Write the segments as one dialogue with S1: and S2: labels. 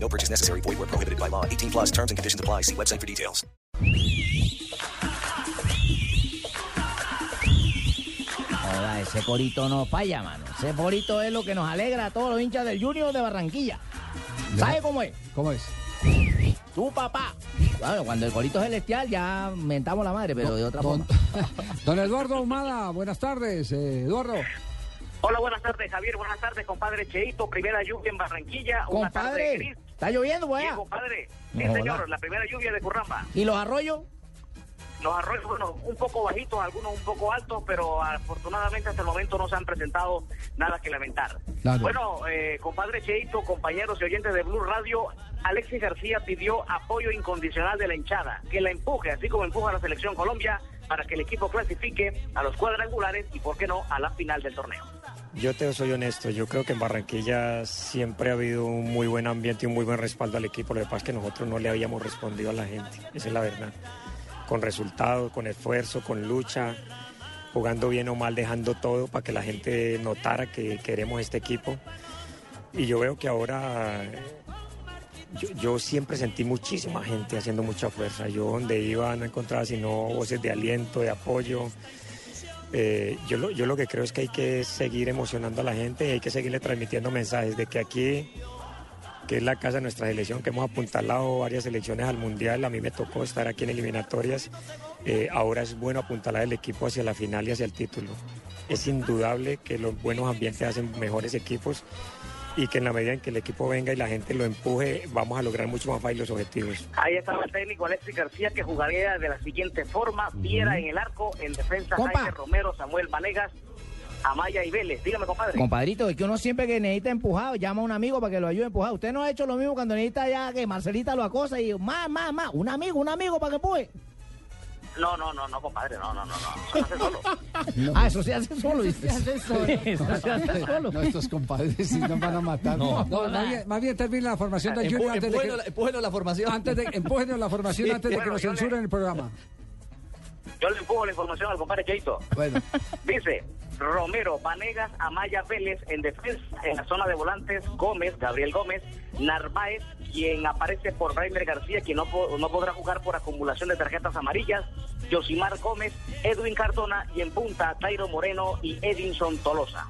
S1: No purchase necessary. Void where prohibited by law. 18 plus terms and conditions apply. See website for details.
S2: Ahora, ese corito no falla, mano. Ese corito es lo que nos alegra a todos los hinchas del Junior de Barranquilla. ¿Sabe cómo es?
S3: ¿Cómo es?
S2: Tu papá. Bueno, cuando el corito es celestial ya mentamos la madre, pero de otra
S3: Don,
S2: forma.
S3: don Eduardo Ahumada, buenas tardes, eh, Eduardo.
S4: Hola, buenas tardes, Javier. Buenas tardes, compadre Cheito. Primera lluvia en Barranquilla. una tarde
S2: Compadre,
S4: gris.
S2: está lloviendo,
S4: Sí,
S2: weá.
S4: compadre. Sí,
S2: No,
S4: señor.
S2: hola.
S4: La primera lluvia de Curramba.
S2: ¿Y los arroyos?
S4: Los arroyos, bueno, un poco bajitos, algunos un poco altos, pero afortunadamente hasta el momento no se han presentado nada que lamentar.
S3: Claro.
S4: Bueno, eh, compadre Cheito, compañeros y oyentes de Blue Radio, Alexis García pidió apoyo incondicional de la hinchada, que la empuje, así como empuja a la selección Colombia, para que el equipo clasifique a los cuadrangulares y, por qué no, a la final del torneo.
S5: Yo te soy honesto, yo creo que en Barranquilla siempre ha habido un muy buen ambiente y un muy buen respaldo al equipo. Lo que pasa es que nosotros no le habíamos respondido a la gente, esa es la verdad. Con resultados, con esfuerzo, con lucha, jugando bien o mal, dejando todo para que la gente notara que queremos este equipo. Y yo veo que ahora eh, yo, yo siempre sentí muchísima gente haciendo mucha fuerza. Yo donde iba no encontraba sino voces de aliento, de apoyo. Eh, yo, lo, yo lo que creo es que hay que seguir emocionando a la gente y hay que seguirle transmitiendo mensajes de que aquí, que es la casa de nuestra selección, que hemos apuntalado varias selecciones al Mundial, a mí me tocó estar aquí en eliminatorias, eh, ahora es bueno apuntalar el equipo hacia la final y hacia el título. Es indudable que los buenos ambientes hacen mejores equipos y que en la medida en que el equipo venga y la gente lo empuje, vamos a lograr mucho más fácil los objetivos.
S4: Ahí estaba el técnico Alexis García que jugaría de la siguiente forma. Viera en el arco, en defensa
S2: Compa.
S4: Jaime Romero, Samuel Vanegas, Amaya y Vélez. Dígame, compadre.
S2: Compadrito, es que uno siempre que necesita empujado, llama a un amigo para que lo ayude a empujar. Usted no ha hecho lo mismo cuando necesita ya que Marcelita lo acosa y más, más, más. Un amigo, un amigo para que empuje.
S4: No, no, no, no, compadre. No, no, no, no. Eso no se solo.
S2: Ah, eso se hace solo. dice. Eso se hace solo.
S3: No, estos compadres sí nos van a matar. No, más, bien, más bien termina la formación del Junior antes de que,
S6: la formación.
S3: antes de- empújenos la formación antes de que
S4: Bueno,
S3: nos
S4: yo le-
S3: censuren el programa.
S4: Yo le empujo la información al compadre Cheito.
S3: Bueno,
S4: Dice Romero, Vanegas, Amaya Vélez en defensa, en la zona de volantes, Gómez, Gabriel Gómez, Narváez, quien aparece por Rainer García, quien no, po- no podrá jugar por acumulación de tarjetas amarillas, Josimar Gómez, Edwin Cardona y en punta Tairo Moreno y Edinson Tolosa.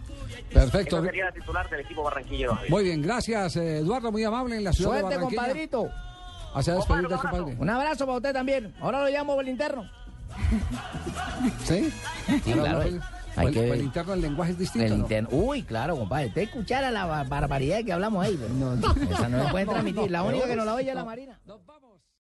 S3: perfecto.
S4: Esa sería la titular del equipo barranquillero. Javier.
S3: Muy bien, gracias eh, Eduardo, muy amable en la ciudad de
S2: Suerte,
S3: Barranquilla.
S2: compadrito.
S3: Hacia despedir del
S4: Compadre, un
S3: compadre.
S2: Un abrazo para usted también. Ahora lo llamo por el interno.
S3: ¿Sí?
S2: claro,
S3: Ahora,
S2: hay-
S3: pues,
S2: hay
S3: pues,
S2: que-
S3: pues, el interno, el lenguaje es distinto.
S2: El
S3: ¿no?
S2: interno. Uy, claro, compadre. Usted escuchara la ba- barbaridad que hablamos ahí. pero-
S3: No, no.
S2: Esa no la pueden
S3: No,
S2: transmitir. La
S3: no, pues,
S2: única
S3: no.
S2: que no la oye es la Marina.
S3: Nos vamos.